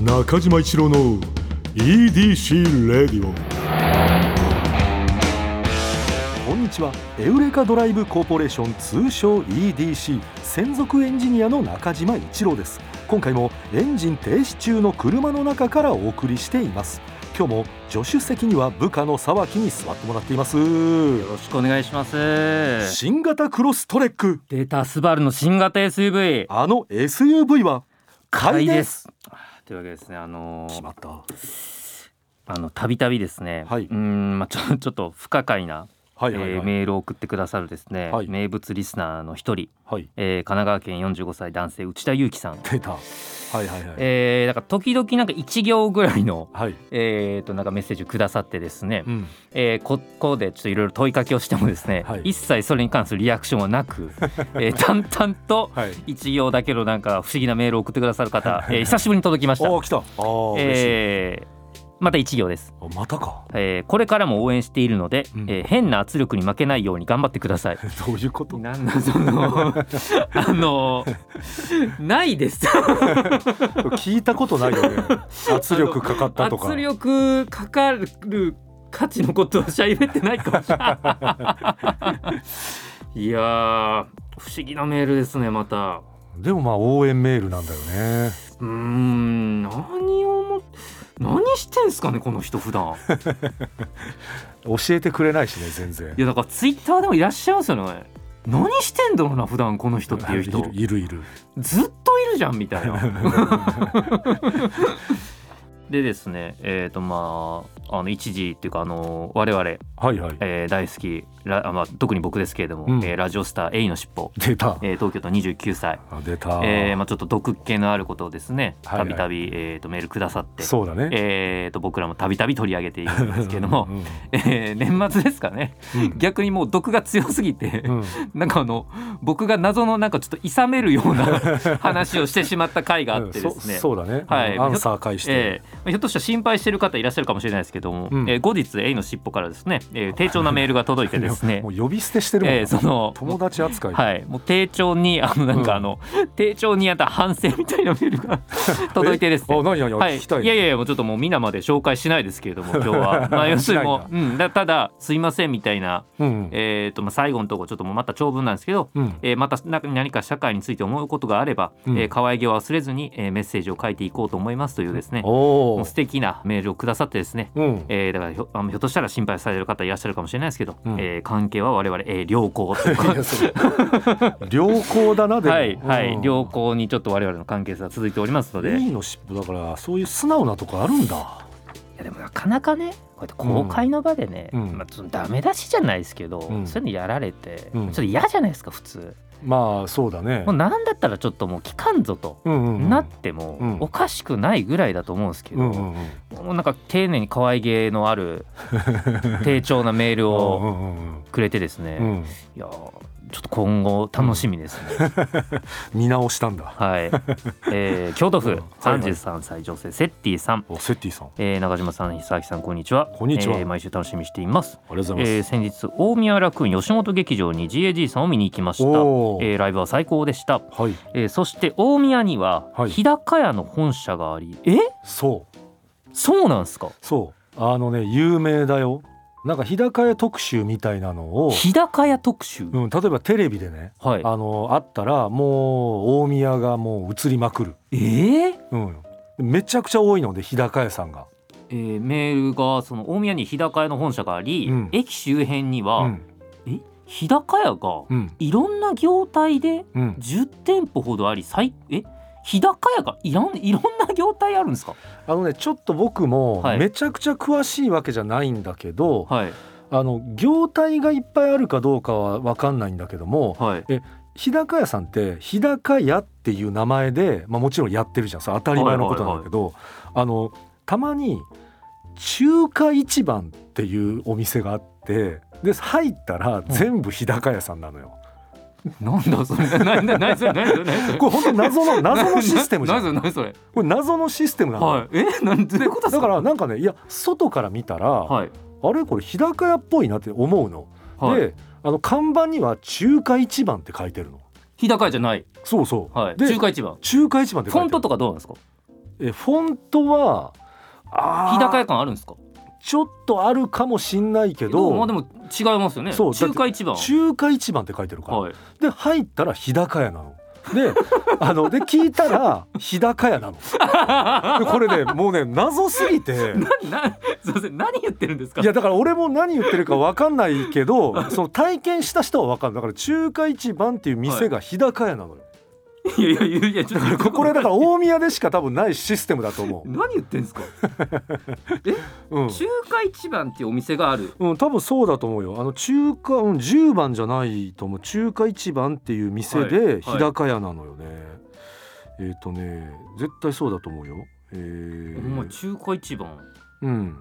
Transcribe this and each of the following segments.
中島一郎の EDC レディオこんにちはエウレカドライブコーポレーション通称 EDC 専属エンジニアの中島一郎です今回もエンジン停止中の車の中からお送りしています今日も助手席には部下の沢木に座ってもらっていますよろしくお願いします新型クロストレック出たスバルの新型 SUV あの SUV は買いですというわけですねあのー決まったあのたびたびですね、はいうーんまあちょち ょっと不可解な、はいはいえーはい、メールを送ってくださるですね、はい名物リスナーの一人、はいえー神奈川県45歳男性内田裕樹さん、出たはいはいはい、えー、なんか時々なんか一行ぐらいのはいえー、となんかメッセージをくださってですね、うんえーここでちょっといろいろ問いかけをしてもですね、はい一切それに関するリアクションは なく、えー、淡々とはい一行だけのなんか不思議なメールを送ってくださる方、えー久しぶりに届きましたお。ー来たあー、嬉しいえーまた一行です、あまたかえーこれからも応援しているので、うんえー変な圧力に負けないように頑張ってくだ さい。どういうことなんだその あのないです。聞いたことない よね圧力かかったとか圧力かかる価値のことをしゃべってないかもしれ ない。いやー不思議なメールですねまた。でもまあ応援メールなんだよねうーん何をも何してんすかねこの人普段。教えてくれないしね全然いやだからツイッターでもいらっしゃいますよね。何してんだろうな普段この人っていう人る いるいるずっといるじゃんみたいな。でですねえっ、とまああの一時っていうかあの我々 はいはいえー大好きラ、あまあ、特に僕ですけれども、うんえーラジオスターエイのしっぽ、出たえー東京都29歳、あ出た、えーまあ、ちょっと毒気のあることをですねはいはたいびたびえーとメールくださって、そうだねえーと僕らもたびたび取り上げているんですけれども うんえー年末ですかね逆にもう毒が強すぎて、うんうんなんかあの僕が謎のなんかちょっといさめるような 話をしてしまった回 があってですね。そそうだね、はいアンサー返して、ええまあひょっとしたら心配してる方いらっしゃるかもしれないですけども、うんえー後日エイのしっぽからですね、えー、丁重なメールが届いてですね もう呼び捨てしてるもん、えーその友達扱い、はい、もう丁重にあのなんうんかあの、丁重にやった反省みたいなメール が届いてですえあね。何何、はい、聞きたいいやいやいやもうちょっともう皆まで紹介しないですけれども今日 はまあ要するにもう、うん、だただすいませんみたいな、うんえーとまあ、最後のとこちょっともうまた長文なんですけど、うんえーまたな何か社会について思うことがあれば、うんえー可愛げを忘れずに、えーメッセージを書いていこうと思いますというですね、おもうお素敵なメールをくださってですね、うんえー、だからひょあのひょっとしたら心配される方いらっしゃるかもしれないですけど、うんえー関係は我々、えー良好という いやそれ 良好だなでもはい、 はい、うん良好にちょっと我々の関係性は続いておりますので、いいいのしっぽだからそういう素直なとこあるんだやでもなかなかねこうやって公開の場でね、うんまあ、ちょっとダメ出しじゃないですけど、うんそういうのやられて、うんちょっと嫌じゃないですか普通、まあそうだねもうなんだったらちょっともう聞かんぞと。うんうんうんなってもうんおかしくないぐらいだと思うんですけど、うんうんうんもうなんか丁寧に可愛げの ある丁重なメールうをんうんくれてですね、うんうんいやーちょっと今後楽しみですね、見直したんだ はい、えー京都うん府はいはい33歳女性セッティさんおセッティさんあえー、中島さん、久明さん、こんにちは。こんにちはえー毎週楽しみにしています。りがとうございえー、ます、先日、大宮楽園吉本劇場に GAG さんを見に行きました。おーえー、ライブは最高でした。はいえー、そして、大宮にははい日高屋の本社があり。え、そうそうなんですか。そうあのね有名だよなんか日高屋特集みたいなのを、日高屋特集。うん、例えばテレビでねはい。あのあったらもう大宮がもう映りまくる、えー、うん、めちゃくちゃ多いので日高屋さんが、えー、メールが、その大宮に日高屋の本社があり、うん駅周辺には。うんえ、日高屋がうんいろんな業態でうん、 10店舗ほどあり、最、え。日高屋がいろんいろんな業態あるんですか。あのねちょっと僕もはいめちゃくちゃ詳しいわけじゃないんだけど、はい。あの業態がいっぱいあるかどうかは分かんないんだけどもはい。日高屋さんって日高屋っていう名前で、まあ、もちろんやってるじゃんそれ当たり前のことなんだけど、あのたまに中華一番っていうお店があってで入ったら全部日高屋さんなのよ。なんだそれ。なななそれ。なそれ。なそれ。これ本当謎 の謎のシステムじゃ。ななんなそれ。これ謎のシステムなの。はい。え、なんどういうことですだか。からなんかねいや外から見たら、はい。あれこれ日高屋っぽいなって思うの。はい。であの看板には中華一番って書いてるの。日高屋じゃない。そうそう。はい。で中華一番。中華一番ってフ書いォてンるトとかどうなんですか。えフォントはあー日高屋感あるんですかちょっとあるかもしんないけけどどまあでも違いますよねそう中華一番中華一番って書いてるから、はい で入ったら日高屋なの。で あので聞いたら日高屋なの。でこれねもうね謎すぎて。なすいません何言ってるんですかいやだから俺も何言ってるか分かんないけ どその体験した人は分かるだから中華一番っていう店が日高屋なのよ、いやいやいやいやちょっとこれだから大宮でしか多分ないシステムだと思 何言ってんですかう、うん中華一番っていうお店があるうん、多分そうだと思うよあの中華、うん、10番じゃないと思う中華一番っていう店はいはでい日高屋なのよね、えっ、とね絶対そうだと思うよえーお前中華一番うん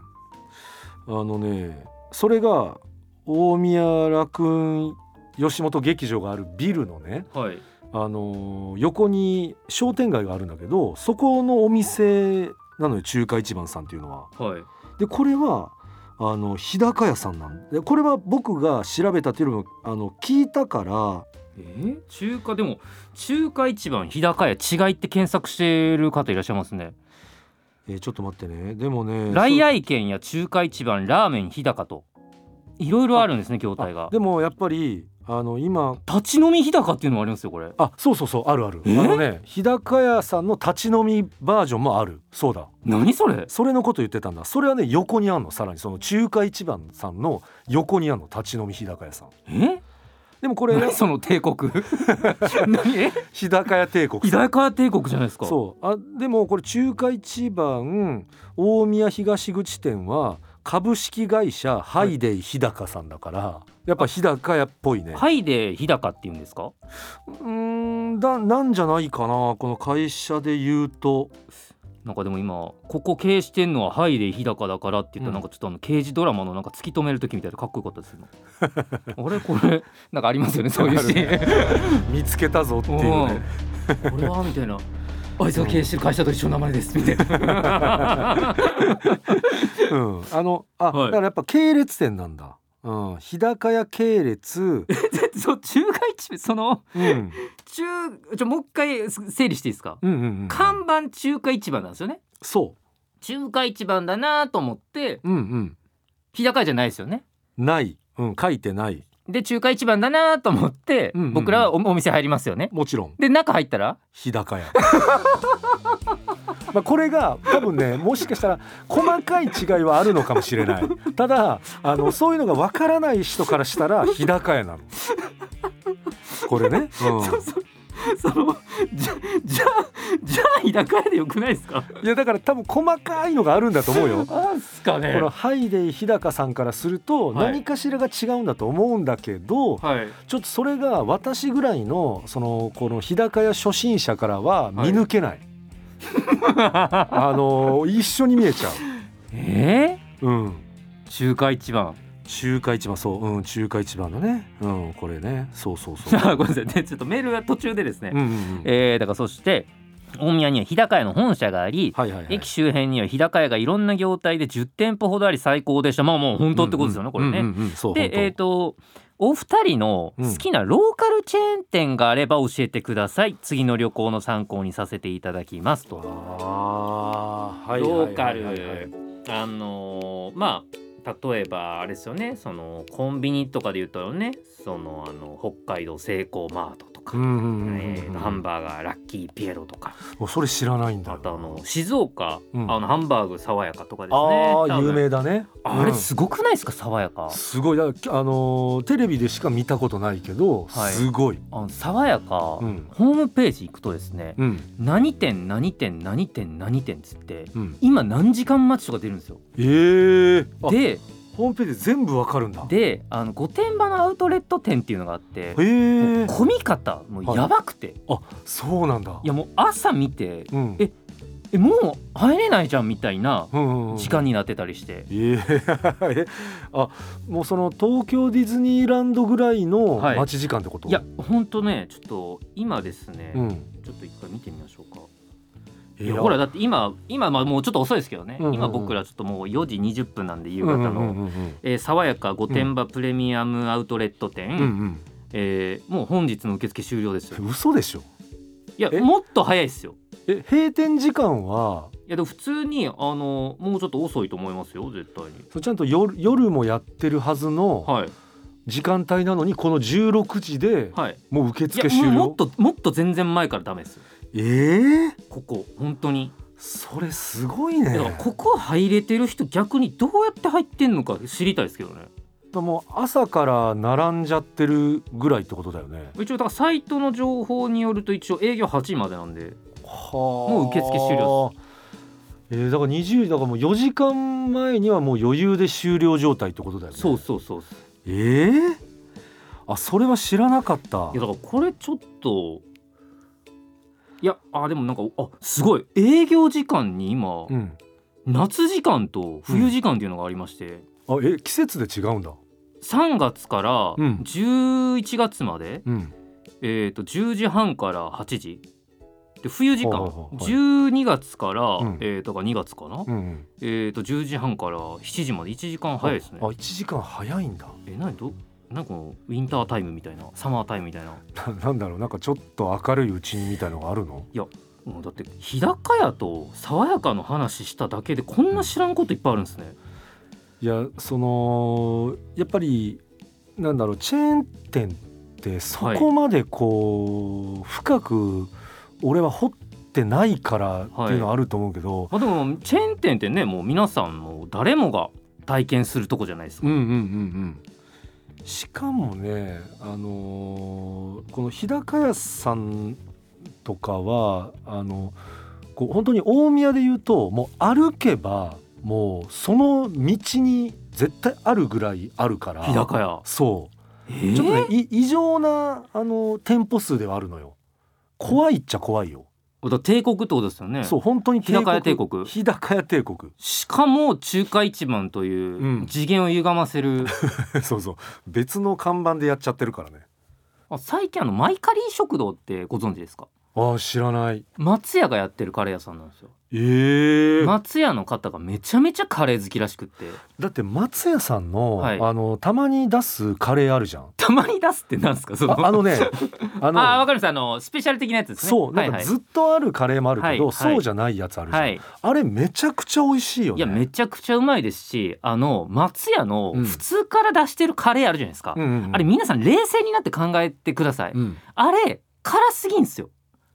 あのねそれが大宮楽雲吉本劇場があるビルのね、はいあのー横に商店街があるんだけどそこのお店なのよ中華一番さんっていうのは。はいでこれはあの日高屋さんなんでこれは僕が調べたっていうよりもあの聞いたからえー中華でも中華一番日高屋違いって検索してる方いらっしゃいますねえーちょっと待ってねでもね来そう愛軒や中華一番ラーメン日高といろいろあるんですね業態がでもやっぱりあの今立ち飲み日高っていうのもありますよこれあそうそうそうあるあるあえのね日高屋さんの立ち飲みバージョンもあるそうだ何それそれのこと言ってたんだそれはね横にあんのさらにその中華一番さんの横にあんの立ち飲み日高屋さんえでもこれ何その 帝国何え日高屋帝国日高屋帝国じゃないですかそうあでもこれ中華一番大宮東口店は株式会社ハイデイ日高さんだから、やっぱ日高屋っぽいね、ハイで日高って言うんですかうーんだなんじゃないかなこの会社で言うとなんかでも今ここ経営してんのはハイで日高だからって言ったらうんなんかちょっとあの刑事ドラマのなんか突き止める時みたいでかっこよかったです今あれこ れなんかありますよねそういうシーン見つけたぞっていうねうんこれはみたいなあいつが経営してる会社と一緒の名前ですみたいな うんあのあ、はだいからやっぱ系列店なんだ、うん、日高屋系列、そう中華一番そのうん、うん中ちょもう一回整理していいですか、うんうん看板中華一番なんですよねそ中華一番だなと思ってううんうん日高屋じゃないですよねない、うん、書いてないで中華一番だなと思って、うんうんうん僕らはおお店入りますよねもちろんで中入ったら日高屋 まあこれが多分ねもしかしたら細かい違いはあるのかもしれない ただあのそういうのがわからない人からしたら日高屋なのこれね、 そのじゃじゃじゃあ日高屋でよくないですかうん、いやだから多分細かいのがあるんだと思うよこなんすかねのハイデイ日高さんからするとはい何かしらが違うんだと思うんだけど、はいちょっとそれが私ぐらいのそのこの日高屋初心者からは見抜け ない、あの一緒に見えちゃえううんー、中華一番 中華一番そううん中華一番のねうんこれねそうそうそう あごめんなさいでちょっとメールが途中でですね、うんうんうんえーだからそして大宮には日高屋の本社があり、はいはいはい駅周辺には日高屋がいろんな業態で10店舗ほどあり最高でしたまあもう本当ってことですよね、これね、うんうんうんそうでえっ、本とお二人の好きなローカルチェーン店があれば教えてください、次の旅行の参考にさせていただきますと当あーはいはいローはカいはいはいルあのーまあ例えばあれですよねそのコンビニとかで言うとねそのあの北海道セイコーマートとか、うんうんうんうんえーとハンババーガーラッキーピエロとかーそれ知らないんだあとあの静岡、うんあのハンバーグ爽やかとかですねあ多ー分有名だねあれうんすごくないですか爽やかすごいだからあのーテレビでしか見たことないけどはいすごいあの爽やか、うんホームページ行くとですね、うん何点何点何点何点っつってうん今何時間待ちとか出るんですよえーあでホームページ全部わかるんだへであの御殿場のアウトレット店っていうのがあってもうえ混み方もうやばくて、い、あそうなんだやもう朝見てうんええもう入れないじゃんみたいなうんうんうん時間になってたりして、いや えあもうその東京ディズニーランドぐらいのはい待ち時間ってこと、いやほんとねちょっと今ですね、うん、ちょっと一回見てみましょうかいいやほらだって今今まあもうちょっと遅いですけどね、うんうんうん今僕らちょっともう4時20分なんで夕夕方うの、んうんうんえー爽やか御殿場プレミアムアウトレット店、うんうんえーもう本日の受付終了ですようん嘘でしょいやえもっと早いですよえ閉店時間はいやでも普通にあのもうちょっと遅いと思いますよ絶対にそうちゃんと夜夜もやってるはずのはい時間帯なのにこの16時ではいもう受いや付終了もうもっともっと全然前からダメですえー、ここ本当にそれすごいだねからここ入れてる人逆にどうやって入ってんのか知りたいですけどねもう朝から並んじゃってるぐらいってことだよね一応だからサイトの情報によると一応営業8時までなんではあもう受付終了えー、だから20時だからもう4時間前にはもう余裕で終了状態ってことだよねそうそうそうそうえー、あそれは知らなかったいやだからこれちょっといやあでもなんかあすごい営業時間に今、うん夏時間と冬時間っていうのがありまして、あえ季節で違うんだ3月からうん11月まで、うんえー、と10時半から8時で冬時間、はいはいはい12月から、んえーとか2月かな、うんうんえー、と10時半から7時まで1時間早いですねああ1時間早いんだ え何どなんかこのウィンタータイムみたいなサマータイムみたいなななんだろうなんかちょっと明るいうちにみたいのがあるのもうだって日高屋と爽やかの話しただけでこんな知らんこといっぱいあるんですね、いやそのやっぱりなんだろうチェーン店ってそこまでこう、深く俺は掘ってないからっていうのはあると思うけど、まあ、でもチェーン店ってねもう皆さんもう誰もが体験するとこじゃないですか、うんうんうんうんしかもねあのーこの日高屋さんとかはあのこう本当に大宮で言うともう歩けばもうその道に絶対あるぐらいあるから日高屋そうえちょっとね、い異常なあの店舗数ではあるのよ。怖いっちゃ怖いよ。だから帝国ってことですよねそう本当に日高屋帝国日高屋帝国。 しかも中華一番といううん次元を歪ませる、 そうそう別の看板でやっちゃってるからね。あ最近あのマイカリー食堂ってご存知ですかああ知らない。松屋がやってるカレー屋さんなんですよええ松屋の方がめちゃめちゃカレー好きらし くってだって松屋さんの、はいあのたまに出すカレーあるじゃん。たまに出すってなんですかそのああの ねあのああわかるんですあのスペシャル的なやつですねそうなんはかいずっとあるカレーもあるけど、はいはいそうじゃないやつあるじゃん、はい、はいあれめちゃくちゃ美味しいよいね。やめちゃくちゃうまいですしあの松屋のうん普通から出してるカレーあるじゃないですか、うんうんうん、あれ皆さん冷静になって考えてください、うん、あれ辛すぎんすよ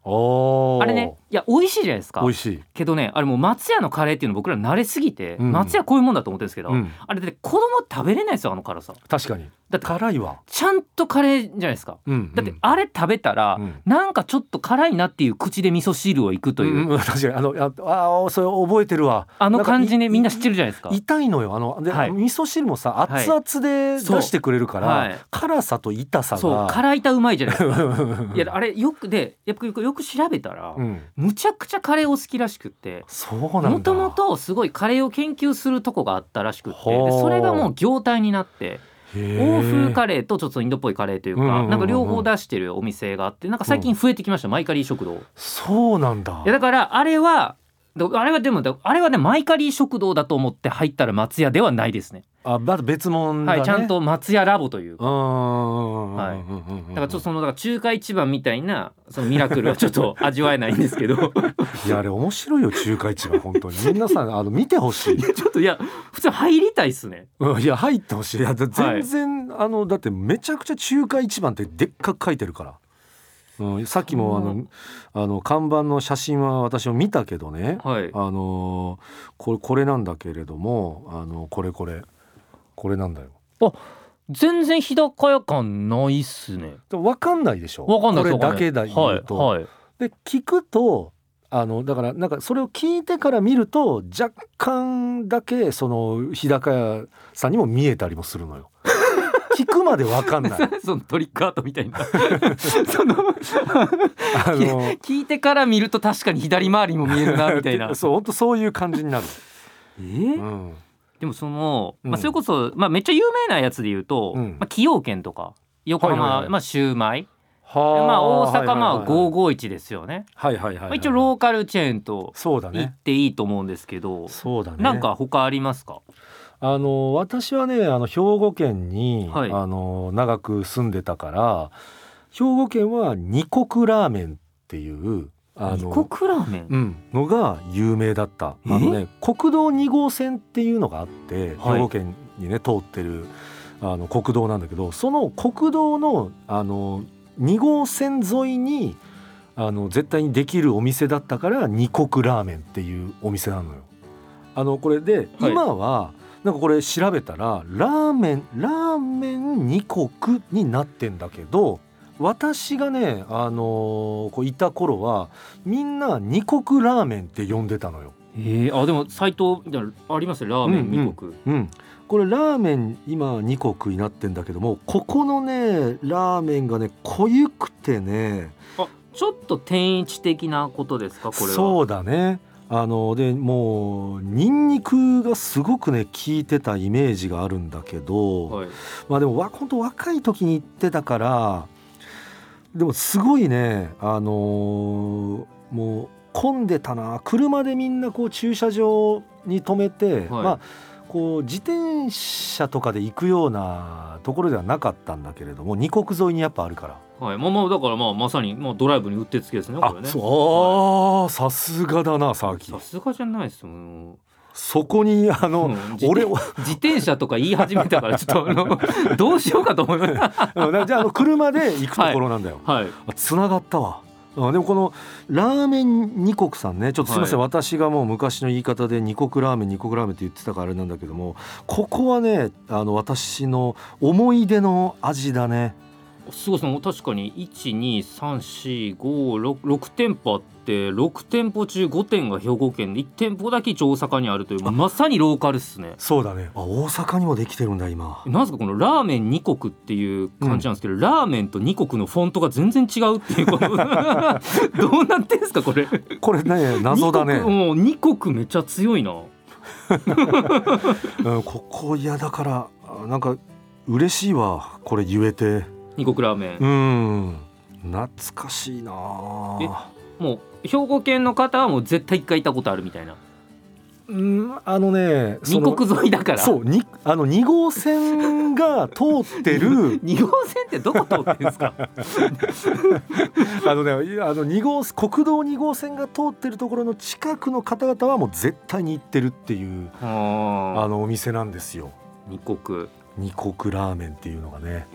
あーあれねいや美味しいじゃないですか美味しい。けどねあれもう松屋のカレーっていうの僕ら慣れすぎて、うん松屋こういうもんだと思ってるんですけど、うん、あれで子供食べれないですよあの辛さ確かに。だって辛いわ。ちゃんとカレーじゃないですかうんうんだってあれ食べたら、うんなんかちょっと辛いなっていう口で味噌汁をいくという、んん確かにあのああーそれ覚えてるわあの感なじんかねいみんな知ってるじゃないですか痛いのよあので、はい味噌汁もさはい熱々でそう出してくれるから、はい辛さと痛さがそう辛いたうまいじゃないですかい いやあれよくでやっぱよくよく調べたら、うん、むちゃくちゃカレーお好きらしくってそうなんだもともとすごいカレーを研究するとこがあったらしくってでほうそれがもう業態になって欧風カレーとちょっとインドっぽいカレーというか、うんうんうんうんなんか両方出してるお店があってなんか最近増えてきました、マイカリー食堂いそうなんだやだからあれはだあれはでもだあれはねマイカリー食堂だと思って入ったら松屋ではないですねあまだ別物だ、はねいちゃんと松屋ラボといううんうんうんうんはいうんうんだからちょっとそのだから中華一番みたいなそのミラクルはちょっと味わえないんで すけどちいやあれ面白いよ中華市場本 当に皆さんあの見てほしいょっといや普通入りたいっすねうんいや入ってほしいいやだ全然、あのだってめちゃくちゃ中華一番ってでっかく書いてるから、うん、さっきもあうのあの看板の写真は私も見たけどね、はいあのーこれこれなんだけれどもあのこれこれこれなんだよ全然日高屋感ないっすねでも分かんないでしょわかんないこでれすわかだんないけだで言すはういと、はいで聞くとあのだからなんかそれを聞いてから見ると若干だけその日高屋さんにも見えたりもするのよ 聞くまで分かんない そのトリックアートみたいな そのあ の聞いてから見ると確かに左回りにも見えるなみた いなそう本当そういう感じになる、 えうん、でもその、うんまあ、それこそ、まあ、めっちゃ有名なやつで言うと、うんまあ、崎陽軒とか横は浜、いはいはいまあ、シューマイ、はまあ、大阪まあ五551ですよね、はいはいはいはい、まあ、一応ローカルチェーンとそうだ言っねていいと思うんですけど、そうだねなんか他ありますかあの私はねあの兵庫県に、はいあの長く住んでたから兵庫県は二国ラーメンっていうあ異の、国ラーメン、うん、のが有名だったあの、ね、国道2号線っていうのがあって兵はい庫県にね通ってるあの国道なんだけどその国道のあの2号線沿いにあの絶対にできるお店だったから二国ラーメンっていうお店なのよ。あのこれではい今はなんかこれ調べたらラーメンラーメン二国になってんだけど私がねあのこういた頃はみんな二国ラーメンって呼んでたのよ。えー、あでもサイトじゃあありますよラーメン二国、うん、これラーメン今二国になってんだけどもここのねラーメンがね濃ゆくてねちょっと天一的なことですかこれはそうだねあのでもうニンニクがすごくね効いてたイメージがあるんだけど、はい、まあでもわ本当若い時に行ってたからでもすごいねあのーもう混んでたな車でみんなこう駐車場に止めて、はいまあこう自転車とかで行くようなところではなかったんだけれども二国沿いにやっぱあるから。はい、まあまあだからまあまさにまあドライブにうってつけですねこれねそうあーさすがだなさきさすがじゃないですもんそこにあの、もう自俺 転を自転車とか言い始めたからちょっとあのどうしようかと思いましたうんじゃああの車で行くところなんだよ。はいあ繋がったわ。あでもこのラーメン二国さんねちょっとすいません、は私がもう昔の言い方で二国ラーメン二国ラーメンって言ってたからあれなんだけどもここはねあの私の思い出の味だねすごいその確かに1234566店舗あって6店舗中5店が兵庫県で1店舗だけ一応大阪にあるというまさにローカルっすねそうだねあ大阪にもできてるんだ今なんですかこのラーメン二国っていう感じなんですけど、ラーメンと二国のフォントが全然違うっていうこと どうなってんすかこれこれね謎だね、二国もう二国めっちゃ強いなうん、ここいやだからあなんか嬉しいわこれ言えて二国ラーメン、うん懐かしいなあえもう兵庫県の方はもう絶対一回行ったことあるみたいなうんあのねそ二の国沿いだからそうにあの2号線が通って る二号線ってどこ通ってんで すかあのねいやあの2号国道2号線が通ってるところの近くの方々はもう絶対に行ってるっていうああのお店なんですよ二国二国ラーメンっていうのがね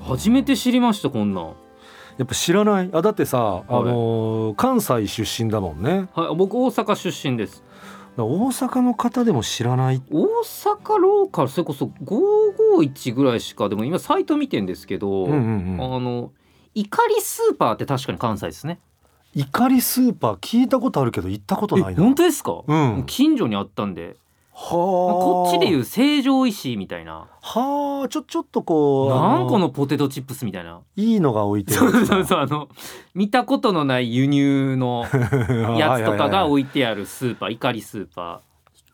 初めて知りましたこんなんやっぱ知らないあだってさ、あのー関西出身だもんねはい、僕大阪出身ですだから大阪の方でも知らない大阪ローカルそれこそ551ぐらいしかでも今サイト見てんですけど、うんうんうんあの怒りスーパーって確かに関西ですね怒りスーパー聞いたことあるけど行ったことないえな本当ですか、うんも近所にあったんでここっちでいうう成城石井みたいなはあちょちょっとこうあ何個のポテトチップスみたいないいのが置いてそるう そうそうあの見たことのない輸入のやつとかがい置いてあるスーパー怒りスーパ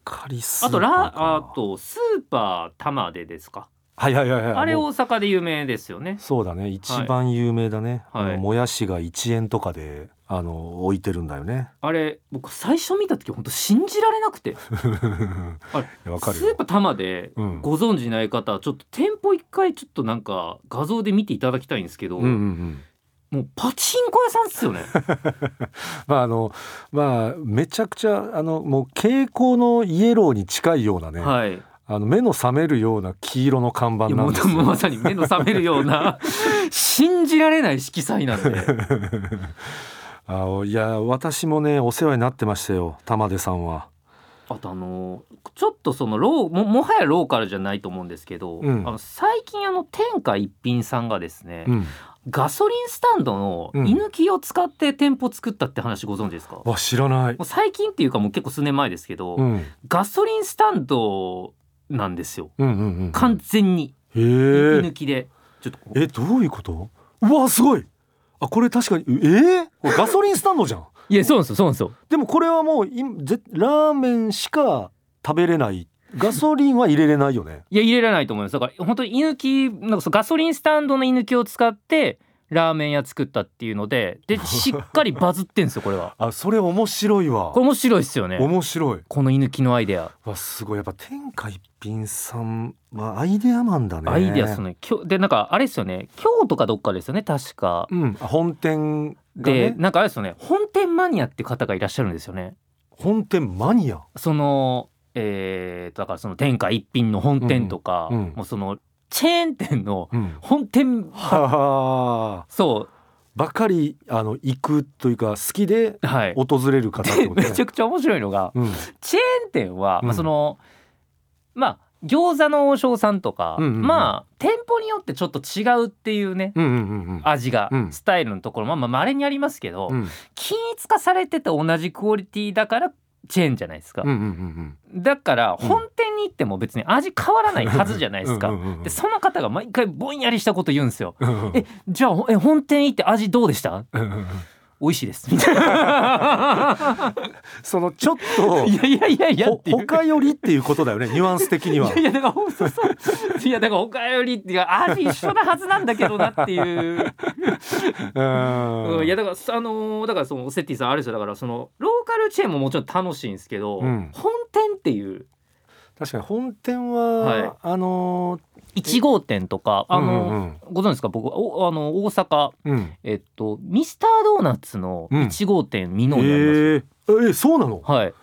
カリスーあとラあととスーパー玉でですかはいはいはいはいあれもう大阪で有名ですよねそうだね一番有名だね、はいあのもやしが1円とかであの置いてるんだよねあれ僕最初見た時本当信じられなくて あれわかるスーよパー玉でうんご存知ない方はちょっと店舗一回ちょっとなんか画像で見ていただきたいんですけど、うんうんうんもうパチンコ屋さんっすよねまああのまあめちゃくちゃあのもう蛍光のイエローに近いような ね、はいいあの目の覚めるような黄色の看板やなもんうでですよもまさに目の覚めるよう な信じられない色彩なんであおいや私もねお世話になってましたよ玉出さんはあとあのちょっとそのローももはやローカルじゃないと思うんですけど、うんあの最近あの天下一品さんがですね、うんガソリンスタンドのうん居抜きを使って店舗作ったって話ご存知ですか、もわ知らないう最近っていうかもう結構数年前ですけど、うんうんガソリンスタンドなんですようんうん完全にへ居え抜きで、ちょっとこうえどういうことうわすごいあこれ確かにえーこれガソリンスタンドじゃん いやそうなんですよそうなんですよでもこれはもういぜラーメンしか食べれないガソリンは入れれないよねいや入れられないと思いますだから本当に居抜きなんかそのガソリンスタンドの居抜きを使ってラーメン屋作ったっていうので でしっかりバズってんすよこれはあそれ面白いわこれ面白いっすよね面白いこの犬きのアイデア、わすごいやっぱ天下一品さんはアイデアマンだねアイデアっすねきょでなんかあれっすよね京都かどっかですよね確かうんあ本店がで、ねなんかあれっすよね本店マニアっていう方がいらっしゃるんですよね本店マニアそのえーとだからその天下一品の本店とか、うんうんもうそのチェーン店のうん本店はあそばかりあの行くというか好きでうはい訪れる方ってでことめね ちゃくちゃ面白いのがうんチェーン店は、うんまあそのまあ餃子の王将さんとか、うんうんうんまあ店舗によってちょっと違うっていうね、うんうんうんうん味が、うんスタイルのところまあまあまれにありますけど、うん均一化されてて同じクオリティだからチェーンじゃないですか、うんうんうんだからうん本店に行っても別に味変わらないはずじゃなういんですか、うんうんうんでその方が毎回ぼんやりしたこと言うんですようんうんえじゃあえ本店行って味どうでしたうんうんうん美味しいですみたい なそのちょっと いやいやいやいやほっていう他よりっていうことだよ ねニュアンス的にはいやいやだからほんとそういやだから他よりっていうか味一緒なはずなんだけどなっ ていう、うん、いやだからあのーだからそのセッティさんあれですよだからそのローカルチェーンももちろん楽しいんですけど、うん本店っていう確かに本店はいはあの1号店とかあのーのご存知ですか僕おあの大阪うんえっとミスタードーナツのうん1号店ミノーにあります、えええそうなのはい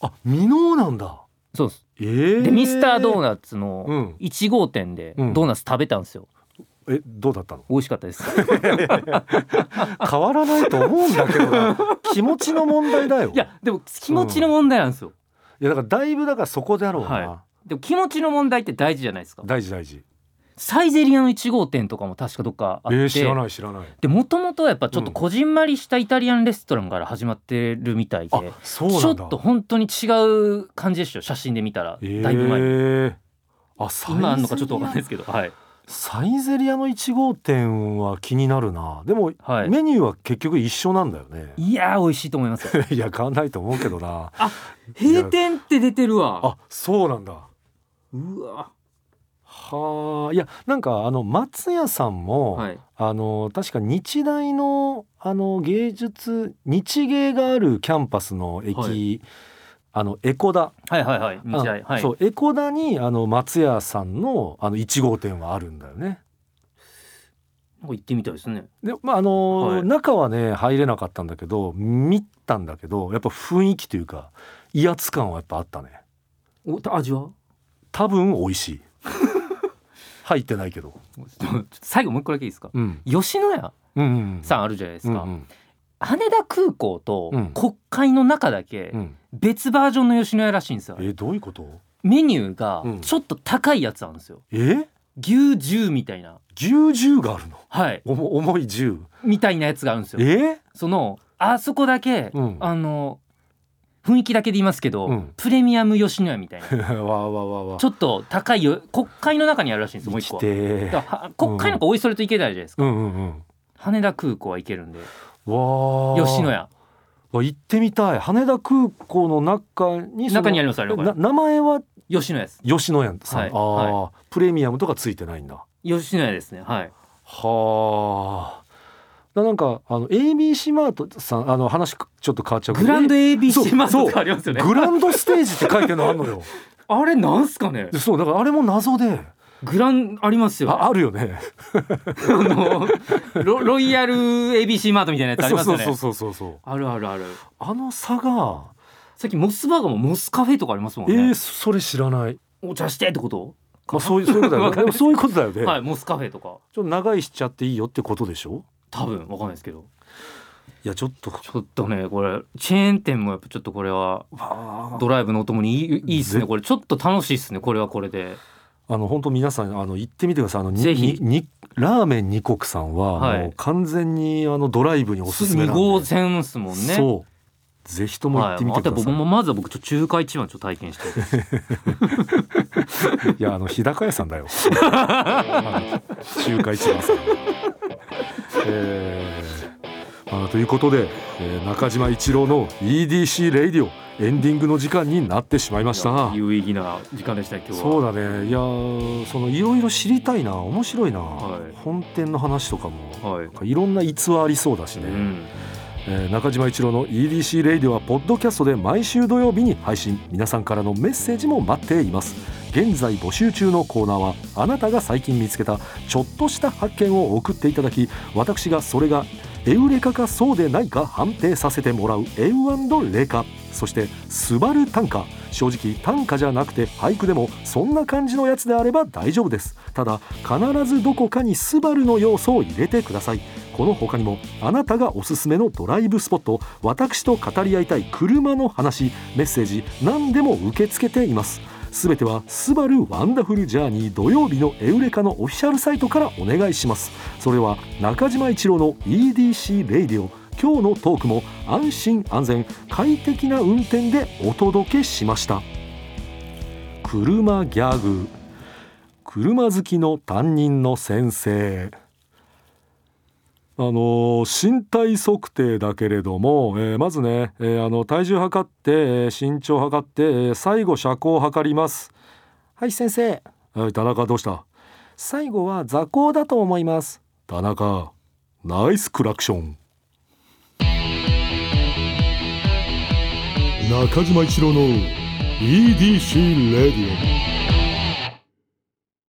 あ未納なんだそうですええでミスタードーナナツのうん1号店でうんドーナツ食べたんですよえどうだったの美味しかっ たです変わらないと思うんだけど な気持ちの問題だよいやでも気持ちの問題なんですよ、いやだからだいぶだからそこだろうな、はでも気持ちの問題って大事じゃないですか大事大事サイゼリアの1号店とかも確かどっかあっえて、ー、知らない知らないでもともとやっぱちょっとこじんまりしたイタリアンレストランから始まってるみたいで、あそうちょなんっだと本当に違う感じでしたよ写真で見たらえー、だいぶ前に、あサイゼリヤ今あんのかちょっとわかんないですけどはい、サイゼリアの1号店は気になるなでも、はい、メニューは結局一緒なんだよねいやー美味しいと思います よいや変わんないと思うけどな閉店って出てるわあそうなんだうわはあいやなんかあの松屋さんも、はいあの確か日大のあの芸術日芸があるキャンパスの駅、はあのエコダはいはいはい日大あはいそうエコダにあの松屋さんのあの1号店はあるんだよね。なんか行ってみたいですねでまああの、はい中はね入れなかったんだけど見たんだけどやっぱ雰囲気というか威圧感はやっぱあったねお味は多分美味しい 入ってないけど、最後もう一個だけいいですかうん、吉野家うんうんうんさんあるじゃないですか、うんうん羽田空港とうん国会の中だけうん別バージョンの吉野家らしいんですよ、えどういうことメニューがうんちょっと高いやつなんですよえ牛重みたいな牛重があるのはいおも重い銃みたいなやつがあるんですよえそのあそこだけ、うん あの雰囲気だけで言いますけど、うんプレミアム吉野家み たいなわあわあわあわあちょっと高いよ国会の中にあるらしいんですよもう一個生きはてだーからは国会なんかおいそれと行けないじゃないですか、うんうんうん羽田空港は行けるんでわあ吉野家わ行ってみたい羽田空港の中にその中にありますあれこなれ名前は吉野家です吉野家さん、はいああ、プレミアムとかついてないんだ吉野家ですねはいはあだなんかあの ABC マートさんあの話ちょっと変わっちゃうけどグランド ABC マーそうトとかありますよねグランドステージって書いてるのあんの よあれなんすかねでそうだからあれも謎でグランありますよねああるよねあのロロイヤル ABC マートみたいなやつありそうますそようねそうそうそうそうあるあるあるあの差がさっきモスバーガーもモスカフェとかありますもんえね、ー、それ知らない。お茶してってことまあ、そういう、そういうことだよ わね。でかんなもいそういうことだよね。はいモスカフェとちかょっと長いしちゃっていいよってことでしょ多分わかんないですけどいや、ちょっと。ちょっとねこれチェーン店もやっぱちょっとこれはあドライブのお供にいいいいっすぜねこれちょっと楽しいっすねこれはこれでの、本当皆さん、あの、行ってみてください。あの、にぜひににラーメン二国さんは、はいもう完全に、あの、ドライブにおすすめ2なんで。号線っすもんねそう。ぜひとも行ってみてください。はい、あと僕もまずは僕ちょっと中華一番ちょっと体験してい、や、あの、日高屋さんだよ。あの中華一番さん。えーあーということで、えー中島一郎の EDC レイディオエンディングの時間になってしまいました。有意義な時間でした今日は。そうだね。いやーそのいろいろ知りたいな、面白いな。はい本店の話とかも。はいなん。かいろんな逸話ありそうだしうね、ん。えー中島一郎の EDC レイディオはポッドキャストで毎週土曜日に配信皆さんからのメッセージも待っています現在募集中のコーナーはあなたが最近見つけたちょっとした発見を送っていただき私がそれがエウレカかそうでないか判定させてもらうエウレカそして「スバル短歌」正直短歌じゃなくて俳句でもそんな感じのやつであれば大丈夫ですただ必ずどこかに「スバルの要素を入れてくださいこの他にもあなたがおすすめのドライブスポット私と語り合いたい車の話メッセージ何でも受け付けていますすべては「スバルワンダフルジャーニー土曜日のエウレカのオフィシャルサイトからお願いしますそれは中島一郎の EDC レイディオ今日のトークも安心安全快適な運転でお届けしました車ギャグ車好きの担任の先生あの身体測定だけれども、えーまずね、えーあの体重測って、えー身長測って、えー最後車高を測りますはい先生はい田中どうした最後は座高だと思います田中ナイスクラクション中島一郎の EDC レディオ